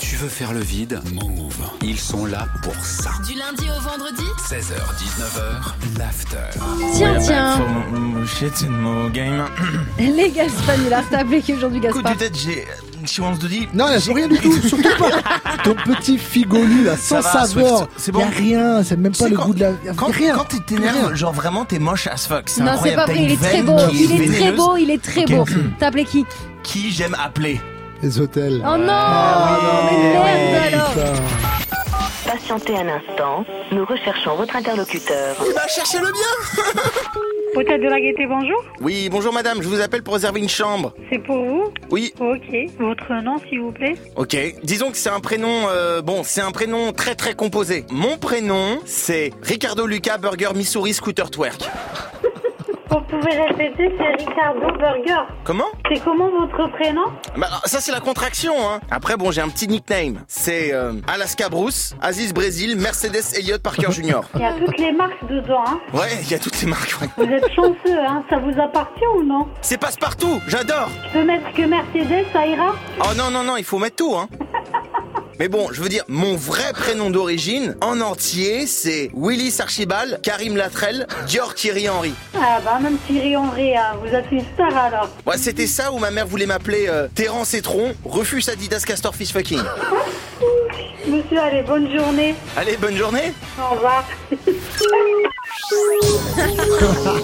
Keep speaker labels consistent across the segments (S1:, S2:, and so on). S1: tu veux faire le vide, move. Ils sont là pour ça.
S2: Du lundi au vendredi
S1: 16h, 19h, l'after.
S3: Tiens, tiens,
S4: Shit in my game.
S3: les Gaspard, il a appelé qui aujourd'hui
S4: Coup de
S3: Gaspard
S4: tête, j'ai. euh, She wants to dit.
S5: Non, j'ai rien du tout, surtout pas. Ton petit figolu là, sans
S4: Ça va,
S5: savoir.
S4: Swift, c'est bon
S5: Y a rien, c'est même pas
S4: C'est
S5: le
S4: quand-
S5: goût de la. y a
S4: Quand,
S5: rien.
S4: quand tu t'énerves, genre vraiment t'es moche as fuck. C'est
S3: Non, c'est
S4: incroyable.
S3: pas vrai,
S4: T'as
S3: il est
S4: une
S3: très
S4: veine
S3: beau.
S4: qui
S3: Il est très
S4: vénéneuse,
S3: beau, il est très
S4: Ok.
S3: beau. T'as appelé qui
S4: Qui j'aime appeler.
S5: Les hôtels.
S3: Oh non
S4: Ah oui,
S3: Mais
S4: oui.
S3: merde alors
S5: Putain.
S6: Patientez un instant, nous recherchons votre interlocuteur.
S4: Il va chercher le bien.
S7: Hôtel de la Gaîté, bonjour.
S4: Oui, bonjour madame, je vous appelle pour réserver une chambre.
S7: C'est pour vous
S4: Oui,
S7: Ok. Votre nom, s'il vous plaît
S4: ok. Disons que c'est un prénom. euh, bon, c'est un prénom très très composé. Mon prénom, c'est Ricardo Luca Burger Missouri Scooter Twerk.
S7: Vous pouvez répéter, c'est Ricardo Burger.
S4: Comment
S7: C'est comment votre prénom
S4: Bah, ça c'est la contraction, hein. Après, bon, j'ai un petit nickname. C'est euh, Alaska Bruce, Aziz Brésil, Mercedes Elliott Parker Jr.
S7: Il y a toutes les marques dedans. Hein.
S4: Ouais, il y a toutes les marques, ouais.
S7: Vous êtes chanceux, hein. ça vous appartient ou non
S4: C'est passe-partout, j'adore
S7: Je peux mettre que Mercedes, ça ira
S4: Oh non, non, non, il faut mettre tout, hein. Mais bon, je veux dire, mon vrai prénom d'origine, en entier, c'est Willis Archibald, Karim Latrell, Dior Thierry Henry.
S7: Ah bah même Thierry Henry, hein. vous êtes une star alors.
S4: Ouais, c'était ça où ma mère voulait m'appeler euh, Terence Etron, refus Adidas Castor Fish Fucking.
S7: Monsieur, allez, bonne journée.
S4: Allez, bonne journée
S7: Au revoir.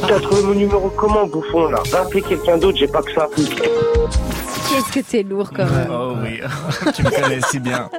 S8: T'as trouvé mon numéro comment, bouffon, là Va appeler quelqu'un d'autre, j'ai pas que ça.
S3: Qu'est-ce que t'es lourd quand même
S4: Oh oui, tu me connais si bien.